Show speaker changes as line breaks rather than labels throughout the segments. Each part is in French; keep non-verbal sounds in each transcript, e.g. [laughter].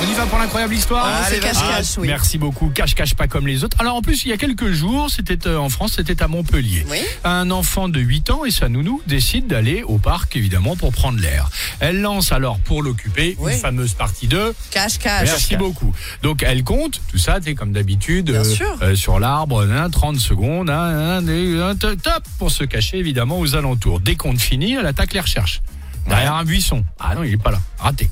On y va pour l'incroyable histoire.
Ah, c'est cache-cache, oui.
Merci beaucoup. Cache, cache pas comme les autres. Alors en plus, il y a quelques jours, c'était euh, en France, c'était à Montpellier.
Oui.
Un enfant de 8 ans et sa nounou décident d'aller au parc, évidemment, pour prendre l'air. Elle lance alors pour l'occuper
Oui.
une fameuse partie 2.
Cache, cache.
Merci beaucoup. Donc elle compte, tout ça, tu sais, comme d'habitude,
Bien sûr.
euh, sur l'arbre, hein, 30 secondes, hein, hein, des- hein, to- top, pour se cacher évidemment aux alentours. Dès qu'on finit, elle attaque les recherches. Derrière un buisson. Ah non, il est pas là. Raté.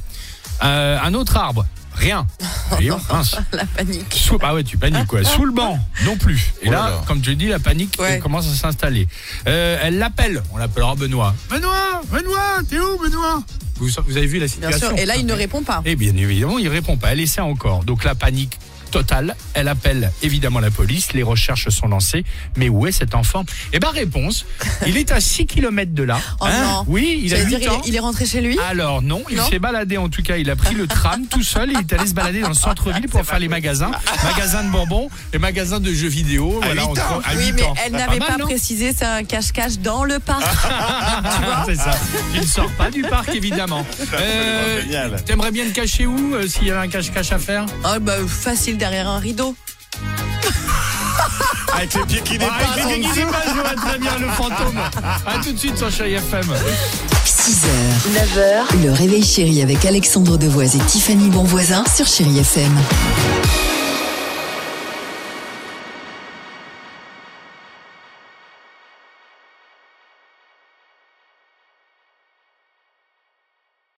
Euh, un autre arbre.
[laughs]
Rien. Voyons, mince.
La panique.
Sous, bah ouais, tu paniques quoi. Sous le banc, non plus. Et
Oh
là,
là là.
comme je dis, la panique
Ouais.
elle commence à s'installer. Euh, elle l'appelle, on l'appellera Benoît. Benoît, Benoît, t'es où Benoît vous, vous avez vu la
Bien
situation
sûr, et là il ne répond pas.
et Eh bien évidemment, il répond pas. Elle essaie encore. Donc la panique totale. Elle appelle évidemment la police. Les recherches sont lancées. Mais où est cet enfant Eh ben réponse. Il est à 6 km de là. Hein
Oh non.
Oui, il a
J'allais
8
dire, il est-
ans. Ah,
il est rentré chez lui
Alors non, il
Non.
s'est baladé en tout cas, il a pris le
[laughs]
tram tout seul et il est allé se balader dans le centre-ville pour faire les magasins, magasins de bonbons et magasins de jeux vidéo. voilà,
huit
entre-
ans.
à
Oui,
huit
mais
ans.
elle n'avait
Ah, mal,
pas
non [laughs] Ah.
précisé, c'est un cache-cache dans le parc.
C'est ça. Il ne sort pas du parc évidemment.
[laughs]
Euh,
génial.
T'aimerais bien le cacher où euh, s'il y avait un cache-cache à faire
Ah bah, facile derrière un rideau.
Avec les pieds qui
Ah,
dépassent
il
en
est- il est
dessous.
pas, je vois très bien le fantôme. A tout de suite sur Chérie FM.
6h, 9h, le réveil chéri avec Alexandre Devoise et Tiffany Bonvoisin sur Chéri FM.